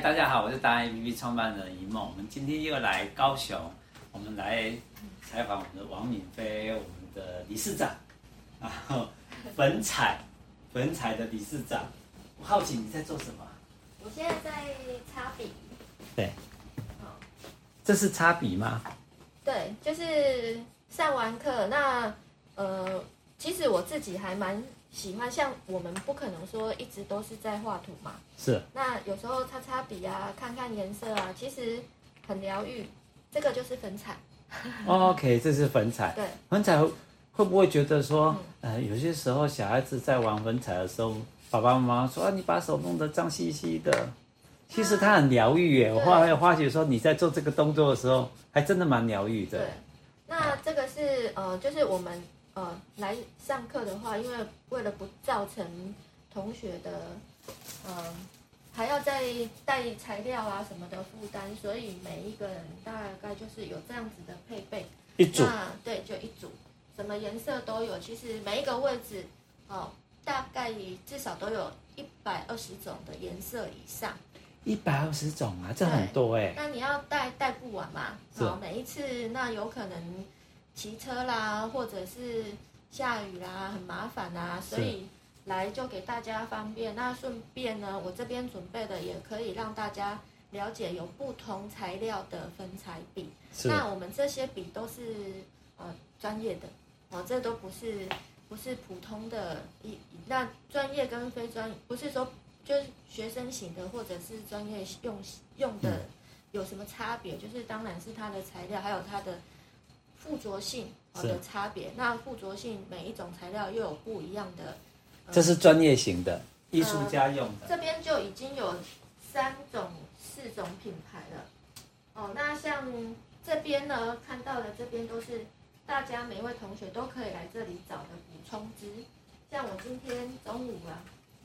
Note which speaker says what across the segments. Speaker 1: 大家好，我是达人 APP 创办人一梦。我们今天又来高雄，我们来采访我们的王敏飞，我们的理事长，然后粉彩，粉彩的理事长。我好奇你在做什么？啊
Speaker 2: 我现在在擦笔，
Speaker 1: 对
Speaker 2: 好，
Speaker 1: 这是擦笔吗？
Speaker 2: 对，就是上完课那呃，其实我自己还蛮喜欢，像我们不可能说一直都是在画图嘛，
Speaker 1: 是
Speaker 2: 那有时候擦擦笔啊，看看颜色啊，其实很疗愈，这个就是粉彩，
Speaker 1: 哦，OK，这是粉彩。
Speaker 2: 对，嗯
Speaker 1: 粉彩会不会觉得说，呃，有些时候小孩子在玩粉彩的时候，爸爸妈妈说啊，你把手弄得脏兮兮的，其实它很疗愈耶。我后来发觉说，你在做这个动作的时候，还真的蛮疗愈的。
Speaker 2: 对，那这个是呃，就是我们呃来上课的话，因为为了不造成同学的嗯、呃还要再带材料啊什么的负担，所以每一个人大概就是有这样子的配备。
Speaker 1: 一组
Speaker 2: 那对，就一组，什么颜色都有。其实每一个位置哦，大概至少都有一百二十种的颜色以上。
Speaker 1: 一百二十种啊，这很多哎。
Speaker 2: 那你要带带不完嘛？
Speaker 1: 是
Speaker 2: 好，每一次那有可能骑车啦，或者是下雨啦，很麻烦啦，所以来就给大家方便。那顺便呢，我这边准备的也可以让大家了解有不同材料的粉彩笔。
Speaker 1: 是
Speaker 2: 那我们这些笔都是呃专业的哦，这都不是不是普通的一那专业跟非专不是说就是学生型的或者是专业用用
Speaker 1: 嗯
Speaker 2: 的有什么差别？就是当然是它的材料还有它的附着性哦
Speaker 1: 是
Speaker 2: 的差别。那附着性每一种材料又有不一样的。呃
Speaker 1: 这是专业型的，艺术家用的。
Speaker 2: 嗯这边就已经有三种、四种品牌了。哦，那像这边呢，看到的这边都是大家每位同学都可以来这里找的补充汁。像我今天中午啊，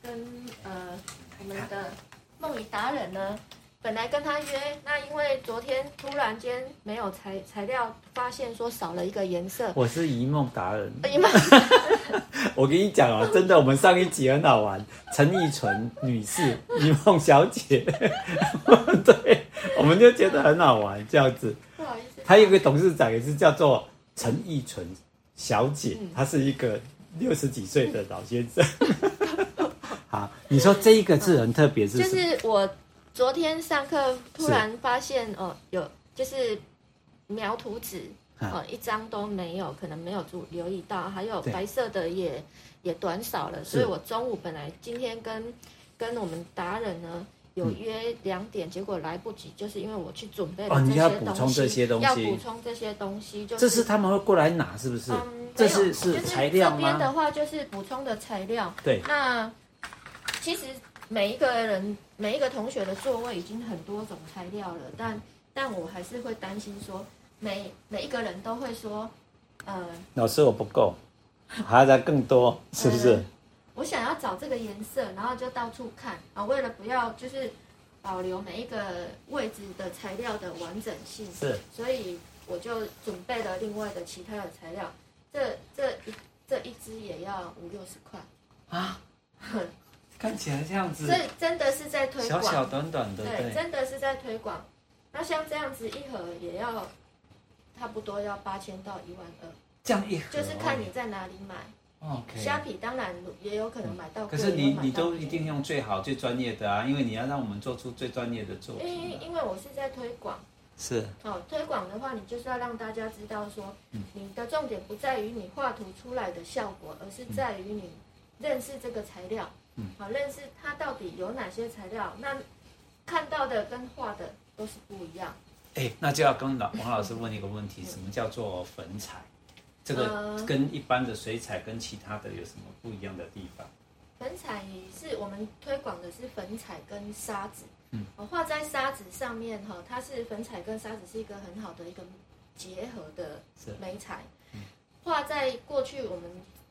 Speaker 2: 跟呃我们的梦怡达人呢，本来跟他约，那因为昨天突然间没有材材料，发现说少了一个颜色，
Speaker 1: 我是一梦达人，
Speaker 2: 哎呀妈！
Speaker 1: 我跟你讲啊，真的，我们上一集很好玩，陈奕纯女士、一梦小姐， 对，我们就觉得很好玩这样子。
Speaker 2: 不好意思，
Speaker 1: 还有一个董事长也是叫做陈奕纯小姐
Speaker 2: 嗯，
Speaker 1: 她是一个六十几岁的老先生。 好，你说这一个字很特别是
Speaker 2: 就
Speaker 1: 什么？
Speaker 2: 是我昨天上课突然发现哦、有就是描图纸
Speaker 1: 啊
Speaker 2: 哦、一张都没有，可能没有注留意到，还有
Speaker 1: 对
Speaker 2: 白色的也也短少了，
Speaker 1: 是
Speaker 2: 所以我中午本来今天跟跟我们达人呢。有
Speaker 1: 嗯
Speaker 2: 约两点，结果来不及，就是因为我去准备了
Speaker 1: 哦
Speaker 2: 这
Speaker 1: 你
Speaker 2: 些
Speaker 1: 要
Speaker 2: 东
Speaker 1: 补充
Speaker 2: 西，
Speaker 1: 这些东西
Speaker 2: 要补充这些东西，就是
Speaker 1: 这是他们会过来拿，是不是？
Speaker 2: 嗯，
Speaker 1: 这
Speaker 2: 没有
Speaker 1: 是是
Speaker 2: 就是
Speaker 1: 材料吗
Speaker 2: 这边的话就是补充的材料。
Speaker 1: 对，
Speaker 2: 那其实每一个人每一个同学的座位已经很多种材料了，但但我还是会担心说每每一个人都会说，呃，
Speaker 1: 老师我不够，还要再更多，是不是？
Speaker 2: 嗯我想要找这个颜色，然后就到处看啊，为了不要就是保留每一个位置的材料的完整性，
Speaker 1: 是
Speaker 2: 所以我就准备了另外的其他的材料，这这一这一支也要五六十块，
Speaker 1: 啊，看起来这样子
Speaker 2: 嗯所，以真的是在推
Speaker 1: 小
Speaker 2: 广，
Speaker 1: 小短短的，
Speaker 2: 对，真的是在推广。那像这样子一盒也要差不多要八千到一万二，
Speaker 1: 这样一盒哦
Speaker 2: 就是看你在哪里买。虾
Speaker 1: OK。
Speaker 2: 皮当然也有可能买到
Speaker 1: 可
Speaker 2: 贵，
Speaker 1: 是
Speaker 2: 也有
Speaker 1: 你
Speaker 2: 买
Speaker 1: 你
Speaker 2: 到
Speaker 1: 都
Speaker 2: 便宜
Speaker 1: 一定用最好最专业的啊，因为你要让我们做出最专业的作
Speaker 2: 因为
Speaker 1: 品啊。
Speaker 2: 因为我是在推广。
Speaker 1: 是
Speaker 2: 好，推广的话，你就是要让大家知道说
Speaker 1: 嗯，
Speaker 2: 你的重点不在于你画图出来的效果，而是在于你认识这个材料
Speaker 1: 嗯，
Speaker 2: 好，认识它到底有哪些材料。那看到的跟画的都是不一样。
Speaker 1: 哎，那就要跟老王老师问一个问题：什么叫做粉彩？这个
Speaker 2: 呃
Speaker 1: 跟一般的水彩跟其他的有什么不一样的地方？
Speaker 2: 粉彩是我们推广的是粉彩跟沙子，
Speaker 1: 嗯
Speaker 2: 哦，画在沙子上面哈、它是粉彩跟沙子是一个很好的一个结合的
Speaker 1: 是
Speaker 2: 美彩
Speaker 1: 嗯。
Speaker 2: 画在过去我们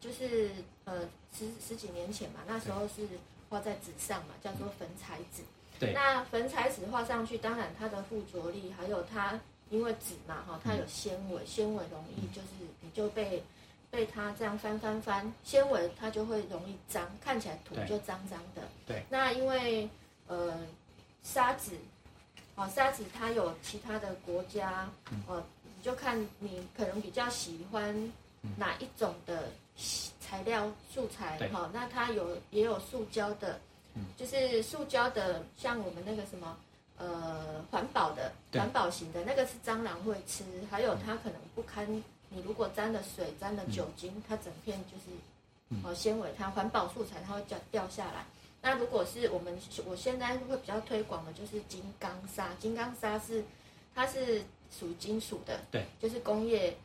Speaker 2: 就是呃十十几年前嘛，那时候是画在纸上嘛，叫做粉彩纸。
Speaker 1: 嗯对
Speaker 2: 那粉彩纸画上去，当然它的附着力，还有它因为纸嘛哈，它有纤
Speaker 1: 嗯
Speaker 2: 维，纤维容易就是你就被被它这样翻翻翻，纤维它就会容易脏，看起来土
Speaker 1: 对
Speaker 2: 就脏脏的。
Speaker 1: 对。
Speaker 2: 那因为呃沙子，哦，沙子它有其他的国家，
Speaker 1: 嗯
Speaker 2: 哦，你就看你可能比较喜欢哪一种的材料素材
Speaker 1: 嗯对，嗯
Speaker 2: 哈、那它有也有塑胶的，就是塑胶的，像我们那个什么。呃，环保的、
Speaker 1: 对
Speaker 2: 环保型的那个是蟑螂会吃，还有它可能不堪你如果沾了水、沾了酒精，它整片
Speaker 1: 嗯
Speaker 2: 就是哦纤维，它环保素材它会掉掉下来。那如果是我们我现在会比较推广的就是金刚砂，金刚砂是它是属金属的，
Speaker 1: 对，
Speaker 2: 就是工业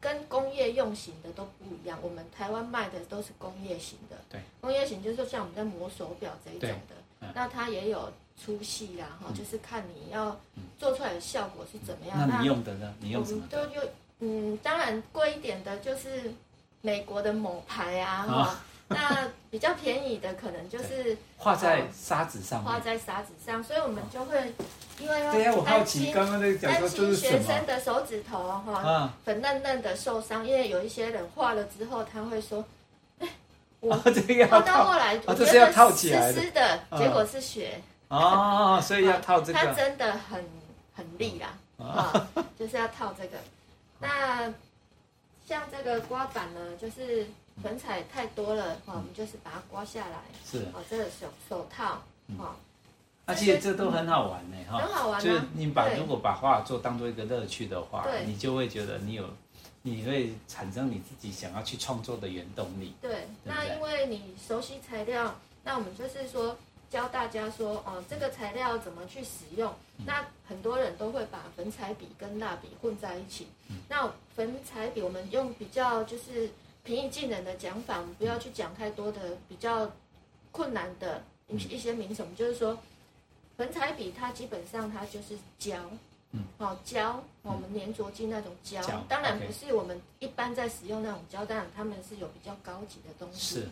Speaker 2: 跟工业用型的都不一样。我们台湾卖的都是工业型的，
Speaker 1: 对，
Speaker 2: 工业型就是说像我们在磨手表这一种
Speaker 1: 对
Speaker 2: 的，那它也有粗细啦，哈、就是看你要做出来的效果是怎么样。
Speaker 1: 嗯那你用的呢？你用什
Speaker 2: 我
Speaker 1: 么
Speaker 2: 们
Speaker 1: 的？
Speaker 2: 都用，嗯，当然贵一点的就是美国的某牌啊，哈、
Speaker 1: 哦
Speaker 2: 那比较便宜的可能就是
Speaker 1: 画在沙子上
Speaker 2: 画
Speaker 1: 面。
Speaker 2: 在沙子上，所以我们就会因为
Speaker 1: 对呀，啊
Speaker 2: 要
Speaker 1: 我好
Speaker 2: 担
Speaker 1: 奇
Speaker 2: 心
Speaker 1: 刚刚那个讲
Speaker 2: 担
Speaker 1: 说这
Speaker 2: 心
Speaker 1: 是什
Speaker 2: 学生
Speaker 1: 么？
Speaker 2: 的手指头哈、
Speaker 1: 啊，
Speaker 2: 粉嫩嫩的受伤，因为有一些人画了之后他会说，我
Speaker 1: 哦，这个 要
Speaker 2: 画到
Speaker 1: 套啊
Speaker 2: 后来我
Speaker 1: 这
Speaker 2: 觉
Speaker 1: 是要
Speaker 2: 得
Speaker 1: 套起来
Speaker 2: 湿
Speaker 1: 的
Speaker 2: 湿的，
Speaker 1: 嗯
Speaker 2: 结果是血，
Speaker 1: 哦，所
Speaker 2: 啊
Speaker 1: 以要套这
Speaker 2: 它
Speaker 1: 个。嗯
Speaker 2: 真的很很利啦。啊，就是要套这个。那像这个刮板呢，就是粉彩太多了，哈、我们就是把它刮下来，
Speaker 1: 是，
Speaker 2: 哦，这个手手套，哦，
Speaker 1: 而且这
Speaker 2: 嗯
Speaker 1: 都很好玩呢，哈。
Speaker 2: 很好玩
Speaker 1: 就是
Speaker 2: 啊。
Speaker 1: 你把
Speaker 2: 对
Speaker 1: 如果把画作当做一个乐趣的话，
Speaker 2: 对
Speaker 1: 你就会觉得你有，你会产生你自己想要去创作的原动力。
Speaker 2: 对，那因为你熟悉材料，那我们就是说教大家说，哦，这个材料怎么去使用。
Speaker 1: 嗯
Speaker 2: 那很多人都会把粉彩笔跟蜡笔混在一起。
Speaker 1: 嗯
Speaker 2: 那粉彩笔我们用比较就是平易近人的讲法，我们不要去讲太多的比较困难的
Speaker 1: 嗯
Speaker 2: 一一些名词，我们就是说。粉彩笔它基本上它就是胶，
Speaker 1: 嗯，
Speaker 2: 好、胶，哦我们粘着剂那种胶
Speaker 1: 胶，
Speaker 2: 当然
Speaker 1: OK
Speaker 2: 不是我们一般在使用那种胶，当然他们是有比较高级的东西。
Speaker 1: 是，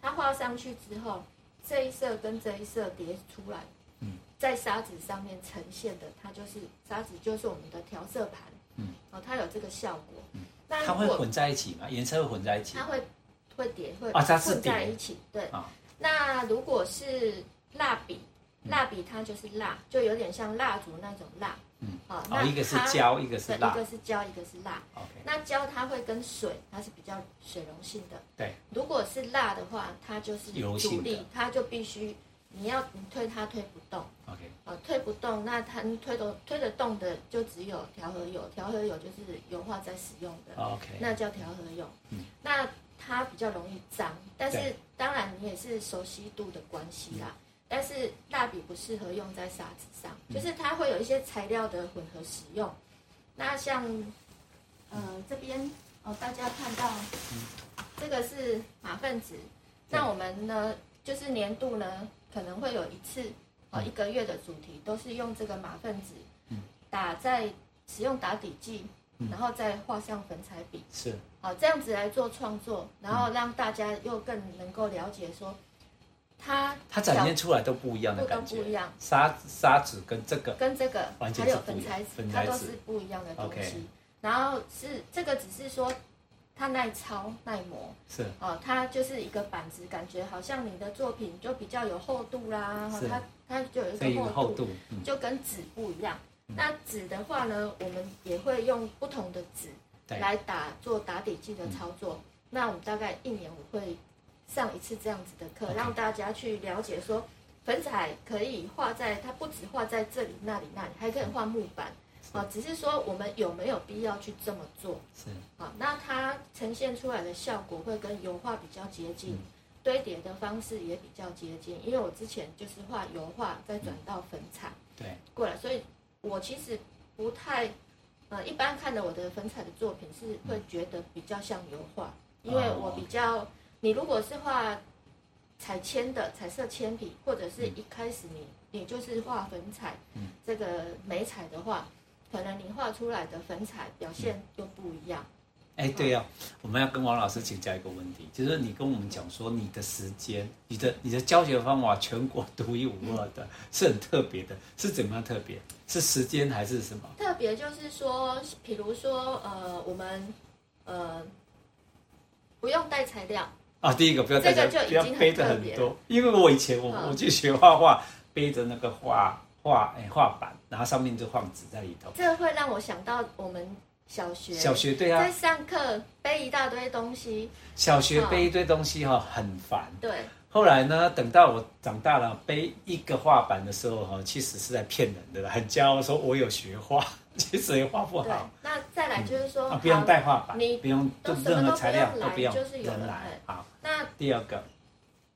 Speaker 2: 它画上去之后，这一色跟这一色叠出来，
Speaker 1: 嗯，
Speaker 2: 在沙子上面呈现的，它就是沙子就是我们的调色盘，
Speaker 1: 嗯，
Speaker 2: 哦，它有这个效果。嗯，那
Speaker 1: 它会
Speaker 2: 如果
Speaker 1: 混在一起嘛，颜色会混在一起
Speaker 2: 它。会会叠会
Speaker 1: 啊它是
Speaker 2: 混在
Speaker 1: 叠
Speaker 2: 一起，对。
Speaker 1: 啊
Speaker 2: 那如果是蜡笔，蜡笔它就是蜡，就有点像蜡烛那种蜡，
Speaker 1: 嗯，
Speaker 2: 好、
Speaker 1: 哦，
Speaker 2: 那
Speaker 1: 一个是
Speaker 2: 它
Speaker 1: 胶，一个是
Speaker 2: 对，
Speaker 1: 蜡
Speaker 2: 一。个是胶，一个是蜡。
Speaker 1: OK，
Speaker 2: 那胶它会跟水，它是比较水溶性的。
Speaker 1: 对，
Speaker 2: 如果是蜡的话，它就是
Speaker 1: 油性
Speaker 2: 阻
Speaker 1: 的
Speaker 2: 力，它就必须你要你推它推不动，
Speaker 1: ，OK，
Speaker 2: 呃，推不动，那它推得推得动的就只有调和油，调和油就是油画在使用的，
Speaker 1: 哦，OK，
Speaker 2: 那叫调和油。
Speaker 1: 嗯
Speaker 2: 那它比较容易脏，但是
Speaker 1: 对嗯
Speaker 2: 当然你也是熟悉度的关系啦。但是蜡笔不适合用在沙子上，就是它会有一些材料的混合使用。那像呃
Speaker 1: 嗯
Speaker 2: 这边哦，大家看到、这个是马粪纸，
Speaker 1: 对
Speaker 2: 那我们呢就是年度呢可能会有一次哦一个月的主题都是用这个马粪纸
Speaker 1: 嗯
Speaker 2: 打在使用打底剂
Speaker 1: 嗯，
Speaker 2: 然后再画上粉彩笔。
Speaker 1: 是，
Speaker 2: 好，这样子来做创作，然后让大家又更能够了解说，它
Speaker 1: 它展现出来都不一样
Speaker 2: 角
Speaker 1: 的
Speaker 2: 度都
Speaker 1: 感
Speaker 2: 不一
Speaker 1: 觉。
Speaker 2: 样，
Speaker 1: 沙沙子跟这个
Speaker 2: 跟这个
Speaker 1: 完全
Speaker 2: 还有
Speaker 1: 是不
Speaker 2: 粉
Speaker 1: 一样
Speaker 2: 彩
Speaker 1: 粉
Speaker 2: 纸，它
Speaker 1: 彩
Speaker 2: 都
Speaker 1: 纸
Speaker 2: 是不一样的东
Speaker 1: OK
Speaker 2: 西。然后是这个只是说它耐操耐磨
Speaker 1: 是
Speaker 2: 哦，它就是一个板子，感觉好像你的作品就比较有厚度啦，哦
Speaker 1: 是
Speaker 2: 它它就有
Speaker 1: 这一
Speaker 2: 一
Speaker 1: 个
Speaker 2: 个
Speaker 1: 厚度，嗯，
Speaker 2: 就跟纸不一样。那纸的话呢，我们也会用不同的纸
Speaker 1: 对
Speaker 2: 来打做打底剂的操作。那我们大概一年我会上一次这样子的课，
Speaker 1: OK
Speaker 2: 让大家去了解说粉彩可以画在它不止画在这里那里那里，还可以画木板。
Speaker 1: 是
Speaker 2: 啊，只是说我们有没有必要去这么做？
Speaker 1: 是
Speaker 2: 啊，那它呈现出来的效果会跟油画比较接近，
Speaker 1: 嗯
Speaker 2: 堆叠的方式也比较接近。因为我之前就是画油画，再转到粉彩。
Speaker 1: 对，
Speaker 2: 过来，所以我其实不太，呃，一般看的我的粉彩的作品是会觉得比较像油画，因为
Speaker 1: 哦
Speaker 2: 我比较，你如果是画彩铅的彩色铅笔，或者是一开始你你就是画粉彩，
Speaker 1: 嗯
Speaker 2: 这个美彩的话，可能你画出来的粉彩表
Speaker 1: 嗯
Speaker 2: 现又不一样。
Speaker 1: 哎，对呀、我们要跟王老师请教一个问题，就是你跟我们讲说你的时间，你的你的教学方法全国独一无二的，是很特别的，是怎么样特别？是时间还是什么？
Speaker 2: 特别就是说，比如说，呃，我们，呃，不用带材料，
Speaker 1: 啊，第一个不要大家
Speaker 2: 这个就已
Speaker 1: 不要
Speaker 2: 经
Speaker 1: 背的
Speaker 2: 很特
Speaker 1: 很
Speaker 2: 别
Speaker 1: 多，因为我以前我
Speaker 2: 嗯
Speaker 1: 我去学画画，背着那个画画哎画板，然后上面就放纸在里头。
Speaker 2: 这会让我想到我们小学
Speaker 1: 小学对啊
Speaker 2: 在，上课背一大堆东西，
Speaker 1: 小学
Speaker 2: 嗯
Speaker 1: 背一堆东西哈、很烦。
Speaker 2: 对，
Speaker 1: 后来呢，等到我长大了背一个画板的时候哈，其实是在骗人的啦，很骄傲说我有学画， 其实也画不
Speaker 2: 对
Speaker 1: 好。。
Speaker 2: 那再来就是说，
Speaker 1: 啊，不用
Speaker 2: 好
Speaker 1: 带画板，
Speaker 2: 你
Speaker 1: 不用
Speaker 2: 都
Speaker 1: 就
Speaker 2: 什么
Speaker 1: 任
Speaker 2: 都
Speaker 1: 何
Speaker 2: 不
Speaker 1: 材
Speaker 2: 用
Speaker 1: 料都
Speaker 2: 来
Speaker 1: 不用，
Speaker 2: 就是有哎
Speaker 1: 人来
Speaker 2: 人来。
Speaker 1: 好，
Speaker 2: 那
Speaker 1: 第二个，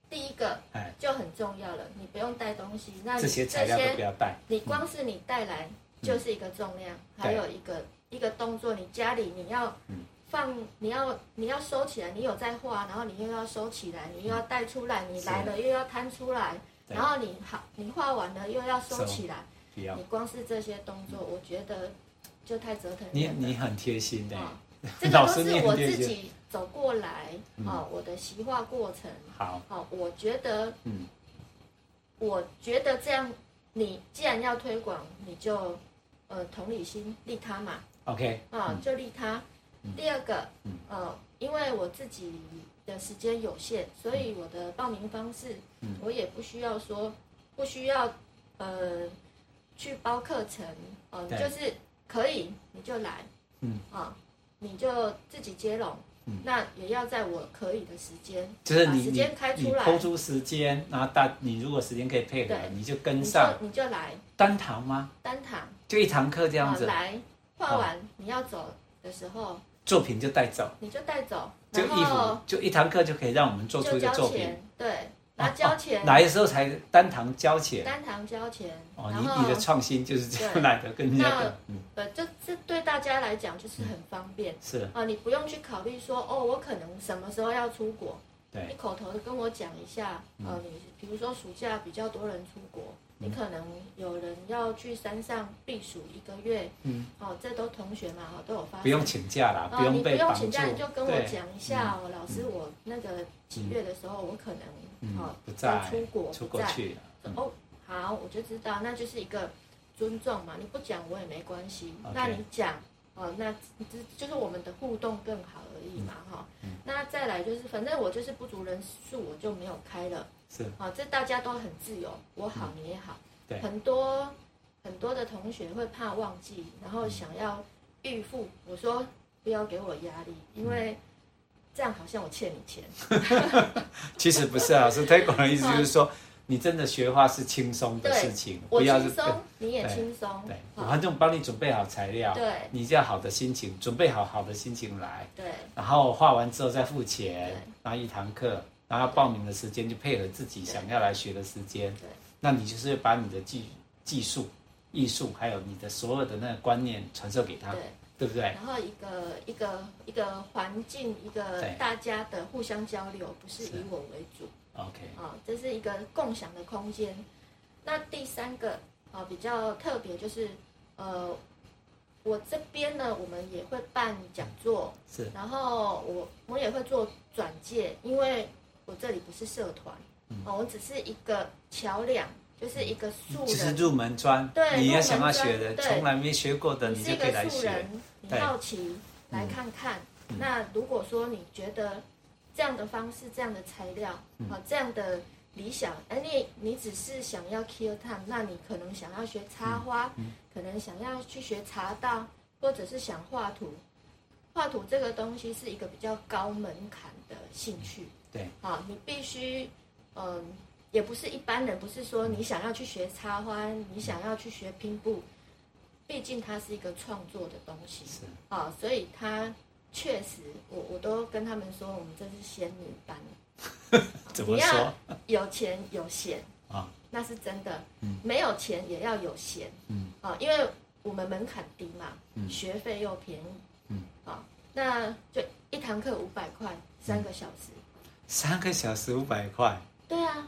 Speaker 2: 第一个
Speaker 1: 哎，
Speaker 2: 就很重要了，你不用带东西，那你
Speaker 1: 这些材料都不要带。
Speaker 2: 你光是你带来就是一个重量，还有一个一个动作，你家里你要
Speaker 1: 嗯
Speaker 2: 放，你要你要收起来，你有在画，然后你又要收起来，你又要带出来，你
Speaker 1: 是
Speaker 2: 来了又要摊出来，
Speaker 1: 对
Speaker 2: 然后你好，你画完了又要收
Speaker 1: 收
Speaker 2: 起来，
Speaker 1: 不要
Speaker 2: 你。光是这些动作，我觉得就太折腾
Speaker 1: 你
Speaker 2: 人了。
Speaker 1: 你很贴心的、
Speaker 2: 啊这个
Speaker 1: 老
Speaker 2: 都
Speaker 1: 师
Speaker 2: 是
Speaker 1: 你
Speaker 2: 我
Speaker 1: 很贴
Speaker 2: 自
Speaker 1: 心。
Speaker 2: 己走过来
Speaker 1: 嗯
Speaker 2: 啊，我的习画过程。
Speaker 1: 好，
Speaker 2: 好，我觉得，
Speaker 1: 嗯，
Speaker 2: 我觉得这样，你既然要推广，你就呃同理心利他嘛，
Speaker 1: ，OK，
Speaker 2: 啊，
Speaker 1: 嗯
Speaker 2: 就利他。
Speaker 1: 嗯
Speaker 2: 第二个
Speaker 1: 嗯，
Speaker 2: 呃，因为我自己的时间有限，所以我的报名方式
Speaker 1: 嗯，
Speaker 2: 我也不需要说，不需要呃去包课程，哦，你
Speaker 1: 对
Speaker 2: 就是可以你就来，
Speaker 1: 嗯，
Speaker 2: 啊，你就自己接龙
Speaker 1: 嗯，
Speaker 2: 那也要在我可以的时间，
Speaker 1: 就是
Speaker 2: 把
Speaker 1: 你
Speaker 2: 时
Speaker 1: 你
Speaker 2: 间开
Speaker 1: 你
Speaker 2: 出来，
Speaker 1: 抠出时间，然后大你如果时间可以配合
Speaker 2: 对，
Speaker 1: 你就跟
Speaker 2: 你就
Speaker 1: 上
Speaker 2: 你就来
Speaker 1: 单堂吗？
Speaker 2: 单堂
Speaker 1: 就一堂课这
Speaker 2: 这
Speaker 1: 样子，
Speaker 2: 来画完、你要走的时候
Speaker 1: 作品就带走，
Speaker 2: 你就带走，
Speaker 1: 就
Speaker 2: 然
Speaker 1: 衣服
Speaker 2: 后
Speaker 1: 就一堂课就可以让我们做出
Speaker 2: 就
Speaker 1: 一个
Speaker 2: 交
Speaker 1: 作品。哦
Speaker 2: 钱，对，然后交钱、
Speaker 1: 来的时候才单堂交钱
Speaker 2: 单堂交钱，
Speaker 1: 哦，
Speaker 2: 然
Speaker 1: 你你
Speaker 2: 后
Speaker 1: 的创新就是这样
Speaker 2: 对
Speaker 1: 来的，跟人家的嗯
Speaker 2: 呃，这这对大家来讲就是很方便。
Speaker 1: 是
Speaker 2: 啊，你不用去考虑说哦，我可能什么时候要出国，你
Speaker 1: 对嗯
Speaker 2: 口头的跟我讲一下。呃，你比如说暑假比较多人出国，你可能有人要去山上避暑一个月，
Speaker 1: 嗯，
Speaker 2: 哦，这都同学嘛，哦，都有发生。
Speaker 1: 不用请假啦，
Speaker 2: 啊，你
Speaker 1: 用
Speaker 2: 不
Speaker 1: 被
Speaker 2: 用
Speaker 1: 绑
Speaker 2: 请
Speaker 1: 住
Speaker 2: 假，你就跟我
Speaker 1: 对
Speaker 2: 讲一下哦，老师，我那个几月的时候，我可能
Speaker 1: 嗯
Speaker 2: 好
Speaker 1: 不在
Speaker 2: 出国，
Speaker 1: 出
Speaker 2: 不
Speaker 1: 国
Speaker 2: 在。
Speaker 1: 去嗯
Speaker 2: 哦，好，我就知道，那就是一个尊重嘛，你不讲我也没关系
Speaker 1: OK，
Speaker 2: 那你讲哦，那这就是我们的互动更好而已嘛，
Speaker 1: 嗯
Speaker 2: 哈。那再来就是，反正我就是不足人数，我就没有开了。
Speaker 1: 是
Speaker 2: 啊，这大家都很自由，我好你也好，
Speaker 1: 嗯对
Speaker 2: 很多很多的同学会怕忘记，
Speaker 1: 嗯
Speaker 2: 然后想要预付，我说不要给我压力，因
Speaker 1: 嗯
Speaker 2: 为这样好像我欠你钱，
Speaker 1: 其实不是啊，老师推广的意思就是说，你真的学画是轻松的
Speaker 2: 对
Speaker 1: 事情，
Speaker 2: 我
Speaker 1: 不要是
Speaker 2: 轻松你也轻松，
Speaker 1: 对，我
Speaker 2: 啊
Speaker 1: 反正帮你准备好材料，
Speaker 2: 对
Speaker 1: 你就要好的心情，准备好好的心情来，
Speaker 2: 对
Speaker 1: 然后画完之后再付钱
Speaker 2: 对，
Speaker 1: 然后一堂课，然后报名的时间就配合自己想要来学的时间
Speaker 2: 对，
Speaker 1: 那你就是把你的技技术、艺术，还有你的所有的那个观念传授给他，
Speaker 2: 对，
Speaker 1: 对不对？
Speaker 2: 然后一个一个一个环境，一个
Speaker 1: 对
Speaker 2: 大家的互相交流，不是
Speaker 1: 是
Speaker 2: 以我为主。
Speaker 1: OK，
Speaker 2: 啊、这是一个共享的空间。那第三个啊、比较特别就是，呃，我这边呢，我们也会办讲座，
Speaker 1: 是
Speaker 2: 然后我我也会做转介，因为我这里不是社团，
Speaker 1: 嗯
Speaker 2: 哦，我只是一个桥梁，就是一个素
Speaker 1: 就是
Speaker 2: 人，
Speaker 1: 入门砖，
Speaker 2: 对
Speaker 1: 你要
Speaker 2: 入门
Speaker 1: 想要
Speaker 2: 砖
Speaker 1: 学的，
Speaker 2: 对
Speaker 1: 从来没学过的，
Speaker 2: 你
Speaker 1: 你
Speaker 2: 是
Speaker 1: 就
Speaker 2: 一
Speaker 1: 可以
Speaker 2: 个
Speaker 1: 来
Speaker 2: 素
Speaker 1: 学
Speaker 2: 人。，你
Speaker 1: 对嗯
Speaker 2: 好奇来看看。那如果说你觉得这样的方式、这样的材料、
Speaker 1: 嗯
Speaker 2: 啊、这样的理想，哎，你你只是想要 kill time，那你可能想要学插
Speaker 1: 嗯
Speaker 2: 花，可能想要去学茶道，或者是想画图。画图这个东西是一个比较高门槛的兴趣，
Speaker 1: 对，
Speaker 2: 啊，你必须，嗯，也不是一般人，不是说你想要去学插花，你想要去学拼布，毕竟它是一个创作的东西，
Speaker 1: 是
Speaker 2: 啊，所以它确实，我我都跟他们说，我们这是仙女班，
Speaker 1: 怎
Speaker 2: 你
Speaker 1: 么说
Speaker 2: 要？ 有钱有闲
Speaker 1: 啊，
Speaker 2: 那是真的，
Speaker 1: 嗯
Speaker 2: 没有钱也要有闲，
Speaker 1: 嗯，
Speaker 2: 啊，因为我们门槛低嘛，
Speaker 1: 嗯
Speaker 2: 学费又便宜，
Speaker 1: 嗯，
Speaker 2: 啊，那就一堂课五百块，
Speaker 1: 嗯
Speaker 2: 三个小时，
Speaker 1: 三个小时五百块，
Speaker 2: 对啊，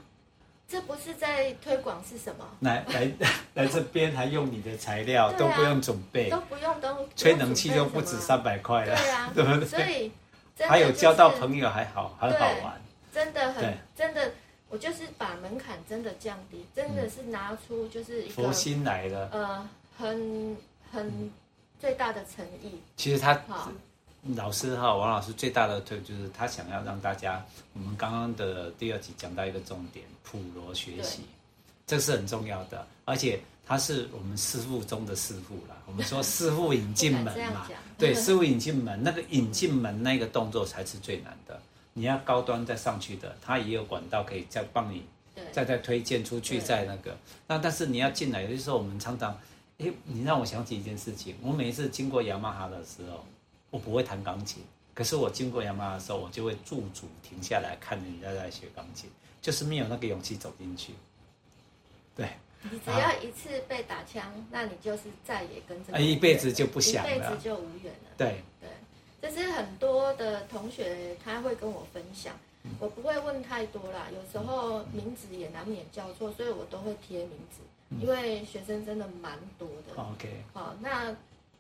Speaker 2: 这不是在推广是什么？
Speaker 1: 来 来来这边还用你的材料，
Speaker 2: 对啊
Speaker 1: 都不用准备，
Speaker 2: 都不用都
Speaker 1: 吹冷气都不止
Speaker 2: 上，
Speaker 1: 三百块了，
Speaker 2: 对啊
Speaker 1: 对不
Speaker 2: 所
Speaker 1: 对？
Speaker 2: 以真的
Speaker 1: 还有
Speaker 2: 就是
Speaker 1: 交到朋友还好，很
Speaker 2: 对
Speaker 1: 好玩，
Speaker 2: 真的
Speaker 1: 对
Speaker 2: 很真的，我就是把门槛真的降低，真的是拿出就是一个
Speaker 1: 佛心来了。
Speaker 2: 呃很很最大的诚意，
Speaker 1: 其实他
Speaker 2: 好，
Speaker 1: 老师哈，王老师最大的推就是他想要让大家，我们刚刚的第二集讲到一个重点，普罗学习，这是很重要的，而且他是我们师傅中的师傅啦。我们说师傅引进门
Speaker 2: 不敢这样
Speaker 1: 嘛
Speaker 2: 讲，
Speaker 1: 对，师傅引进门那个引进门那个动作才是最难的。你要高端再上去的，他也有管道可以再帮你
Speaker 2: 对
Speaker 1: 再再推荐出去，
Speaker 2: 对
Speaker 1: 再那个。那但是你要进来，有些时候我们常常，诶，你让我想起一件事情，我每一次经过雅马哈的时候，我不会弹钢琴，可是我经过雅马哈的时候，我就会驻足停下来看人家在学钢琴，就是没有那个勇气走进去。对，
Speaker 2: 你只要一次被打枪，那你就是再也跟这个
Speaker 1: 啊一辈子就不想了
Speaker 2: 一辈子就无缘了。
Speaker 1: 对，
Speaker 2: 对，这是很多的同学他会跟我分享，我不会问太多啦，有时候名字也难免叫错，所以我都会贴名字，因为学生真的蛮多的。
Speaker 1: 哦 OK，
Speaker 2: 好，那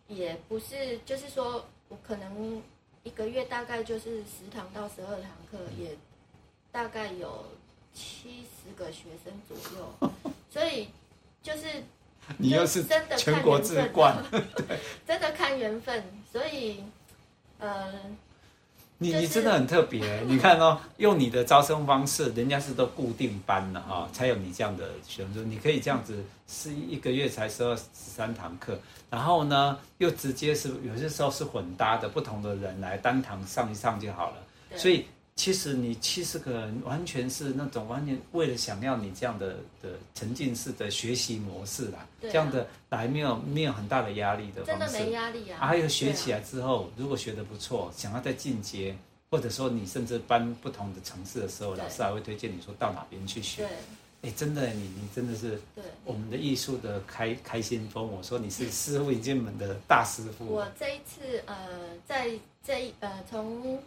Speaker 2: 也不是，就是说我可能一个月大概就是十堂到十二堂课，也大概有七十个学生左右，所以就是
Speaker 1: 你又是
Speaker 2: 真的看
Speaker 1: 全国之冠，
Speaker 2: 真的看缘分，所以呃。
Speaker 1: 你
Speaker 2: 就是
Speaker 1: 你真的很特 别，你看哦，用你的招生方式，人家是都固定班了哈、才有你这样的学生。你可以这样子，是一个月才十二十三堂课，然后呢，又直接是有些时候是混搭的，不同的人来单堂上一上就好了。
Speaker 2: 对
Speaker 1: 所以其实你七十个人完全是那种完全为了想要你这样的的沉浸式的学习模式啦，
Speaker 2: 对啊
Speaker 1: 这样的来没有没有很大的压力的方
Speaker 2: 真
Speaker 1: 式。
Speaker 2: 的没压力啊！
Speaker 1: 还有学起
Speaker 2: 来，
Speaker 1: 来之后，如果学得不错，想要再进阶，或者说你甚至搬不同的城市的时候，
Speaker 2: 对
Speaker 1: 老师还会推荐你说到哪边去学
Speaker 2: 对。
Speaker 1: 哎，真的，你你真的是
Speaker 2: 对，
Speaker 1: 我们的艺术的开开心风。我说你是师傅引进门的大师傅
Speaker 2: 我，这一次呃，在这一呃，从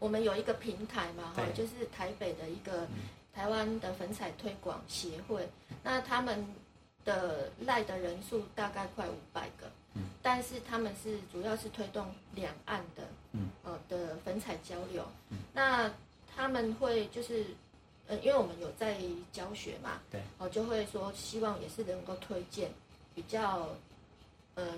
Speaker 2: 我们有一个平台嘛，哈
Speaker 1: 对，嗯
Speaker 2: 就是台北的一个台湾的粉彩推广协会，那他们的赖的人数大概快五百个，
Speaker 1: 嗯
Speaker 2: 但是他们是主要是推动两岸的，
Speaker 1: 嗯，
Speaker 2: 呃的粉彩交流，那他们会就是。呃，因为我们有在教学嘛，
Speaker 1: 对，
Speaker 2: 哦，就会说希望也是能够推荐比较，呃，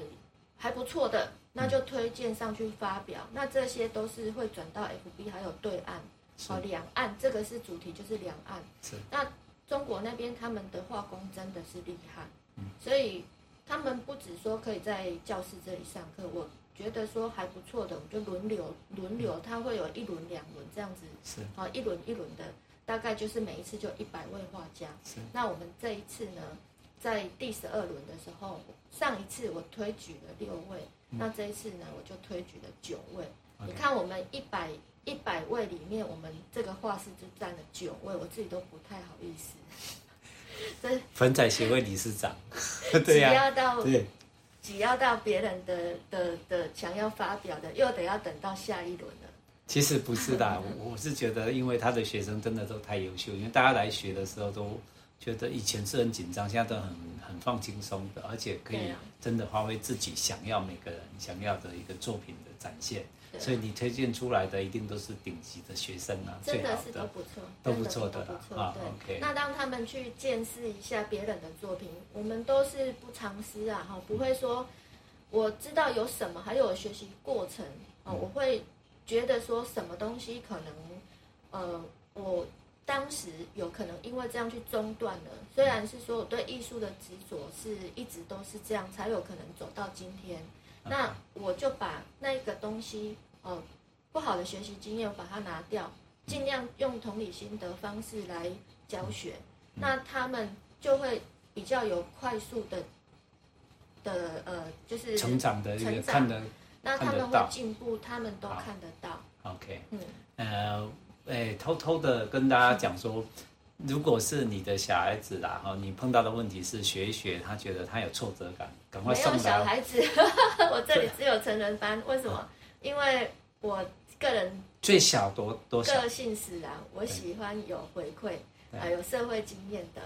Speaker 2: 还不错的，那就推荐上去发表。那这些都是会转到 FB，还有对岸，
Speaker 1: 是
Speaker 2: 哦，两岸这个是主题，就是两岸。
Speaker 1: 是
Speaker 2: 那中国那边他们的画工真的是厉害，所以他们不只说可以在教室这里上课，我觉得说还不错的，我们就轮流轮流，他会有一轮两轮这样子，
Speaker 1: 是
Speaker 2: 啊，一轮一轮的，大概就是每一次就一百位画家
Speaker 1: 是。
Speaker 2: 那我们这一次呢，在第十二轮的时候，上一次我推举了六位，
Speaker 1: 嗯
Speaker 2: 那这一次呢，我就推举了九位。你看，我们一百一百位里面，我们这个画室就占了九位，我自己都不太好意思。 这
Speaker 1: 粉彩协会理事 长，对
Speaker 2: 只
Speaker 1: 呀、
Speaker 2: 要到
Speaker 1: 对，
Speaker 2: 只要到别人的的的想要发表的，又得要等到下一轮了。
Speaker 1: 其实不是的，我我是觉得，因为他的学生真的都太优秀，因为大家来学的时候都觉得以前是很紧张，现在都很很放轻松的，而且可以
Speaker 2: 对啊
Speaker 1: 真的发挥自己想要每个人想要的一个作品的展现。
Speaker 2: 对啊
Speaker 1: 所以你推荐出来的一定都是顶级的学生啊，
Speaker 2: 真
Speaker 1: 最
Speaker 2: 的
Speaker 1: 好
Speaker 2: 是都
Speaker 1: 的。
Speaker 2: 不错，
Speaker 1: 都
Speaker 2: 真
Speaker 1: 不
Speaker 2: 的是
Speaker 1: 错的
Speaker 2: 都不
Speaker 1: 啦
Speaker 2: 错。
Speaker 1: 啊
Speaker 2: 对，
Speaker 1: OK
Speaker 2: 那让他们去见识一下别人的作品，我们都是不藏私啊，哈，不会说我知道有什么，还有学习过程哦，
Speaker 1: 嗯
Speaker 2: 我会觉得说什么东西可能，呃，我当时有可能因为这样去中断了。虽然是说我对艺术的执着是一直都是这样，才有可能走到今天。
Speaker 1: 嗯
Speaker 2: 那我就把那个东西，哦，不好的学习经验我把它拿掉，尽量用同理心的方式来教学，那他们就会比较有快速的的呃，就是
Speaker 1: 成长的一个
Speaker 2: 成长
Speaker 1: 看的
Speaker 2: 那他们
Speaker 1: 看得到
Speaker 2: 会进步，他们都看得到。
Speaker 1: OK，
Speaker 2: 嗯，
Speaker 1: 呃，诶，偷偷的跟大家讲说，如果是你的小孩子啦，哈，你碰到的问题是学一学，他觉得他有挫折感，赶快
Speaker 2: 没有
Speaker 1: 送
Speaker 2: 小
Speaker 1: 来
Speaker 2: 孩子， 我这里只有成人班，为什么？因为我个人
Speaker 1: 最小多多小
Speaker 2: 个性使然，我喜欢有回馈，呃，有社会经验的。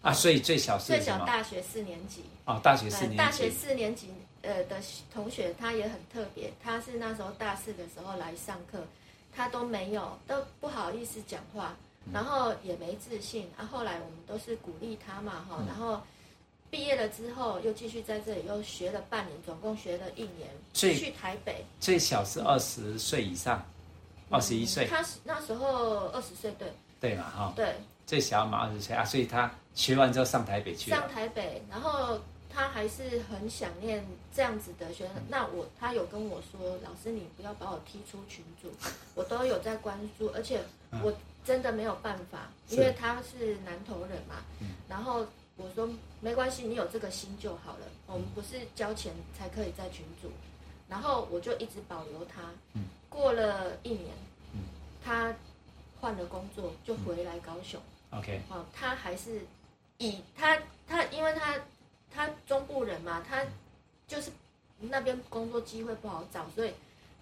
Speaker 1: 啊，所以最小
Speaker 2: 最
Speaker 1: 是什
Speaker 2: 小
Speaker 1: 么？
Speaker 2: 大学四年级，
Speaker 1: 哦，大学四
Speaker 2: 呃，
Speaker 1: 年
Speaker 2: 大学
Speaker 1: 级，
Speaker 2: 四年级呃的同学，他也很特别，他是那时候大四的时候来上课，他都没有，都不好意思讲话，
Speaker 1: 嗯
Speaker 2: 然后也没自信。啊，后来我们都是鼓励他嘛，
Speaker 1: 嗯
Speaker 2: 哈，然后毕业了之后又继续在这里又学了半年，总共学了一年，
Speaker 1: 所以
Speaker 2: 去台北。
Speaker 1: 最小是二
Speaker 2: 嗯
Speaker 1: 十岁以上，二十一岁，
Speaker 2: 他是那时候二十岁，对
Speaker 1: 对嘛哈？
Speaker 2: 对，
Speaker 1: 最小满二十岁啊，所以他学完之后上台北去
Speaker 2: 上
Speaker 1: 了，
Speaker 2: 台北，然后他还是很想念这样子的学生。
Speaker 1: 嗯
Speaker 2: 那我他有跟我说，老师你不要把我踢出群组， 我都有在关注，而且我
Speaker 1: 嗯
Speaker 2: 真的没有办法，
Speaker 1: 是
Speaker 2: 因为他是南投人嘛。
Speaker 1: 嗯
Speaker 2: 然后我说没关系，你有这个心就好了，我们不是交钱才可以在群组。然后我就一直保留他。
Speaker 1: 嗯
Speaker 2: 过了一年，他换了工作，就回来高雄。
Speaker 1: OK，
Speaker 2: 哦，他还是以他他，因为他他中部人嘛，他就是那边工作机会不好找，所以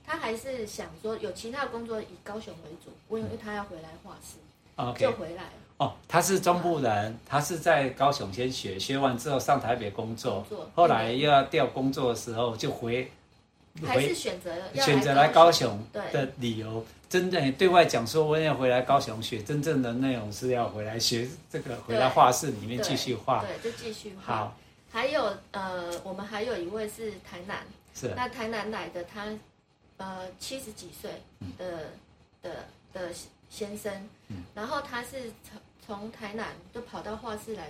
Speaker 2: 他还是想说有其他的工作以高雄为主，因为他要回来画室，
Speaker 1: OK，
Speaker 2: 就回来了
Speaker 1: 哦，他是中部人，他是在高雄先学，学完之后上台北工作
Speaker 2: 工，作
Speaker 1: 后来又要调工作的时候就回
Speaker 2: 还
Speaker 1: 回
Speaker 2: 是选择要
Speaker 1: 选择来高雄
Speaker 2: 对
Speaker 1: 的理由，真正对外讲说我也要回来高雄学，真正的内容是要回来学这个，回来画室里面
Speaker 2: 对
Speaker 1: 继续画。
Speaker 2: 对，就继续画。
Speaker 1: 好，
Speaker 2: 还有呃，我们还有一位是台南，
Speaker 1: 是
Speaker 2: 那台南来的他，呃，七十几岁的、的的先生，然后他是从从台南就跑到画室来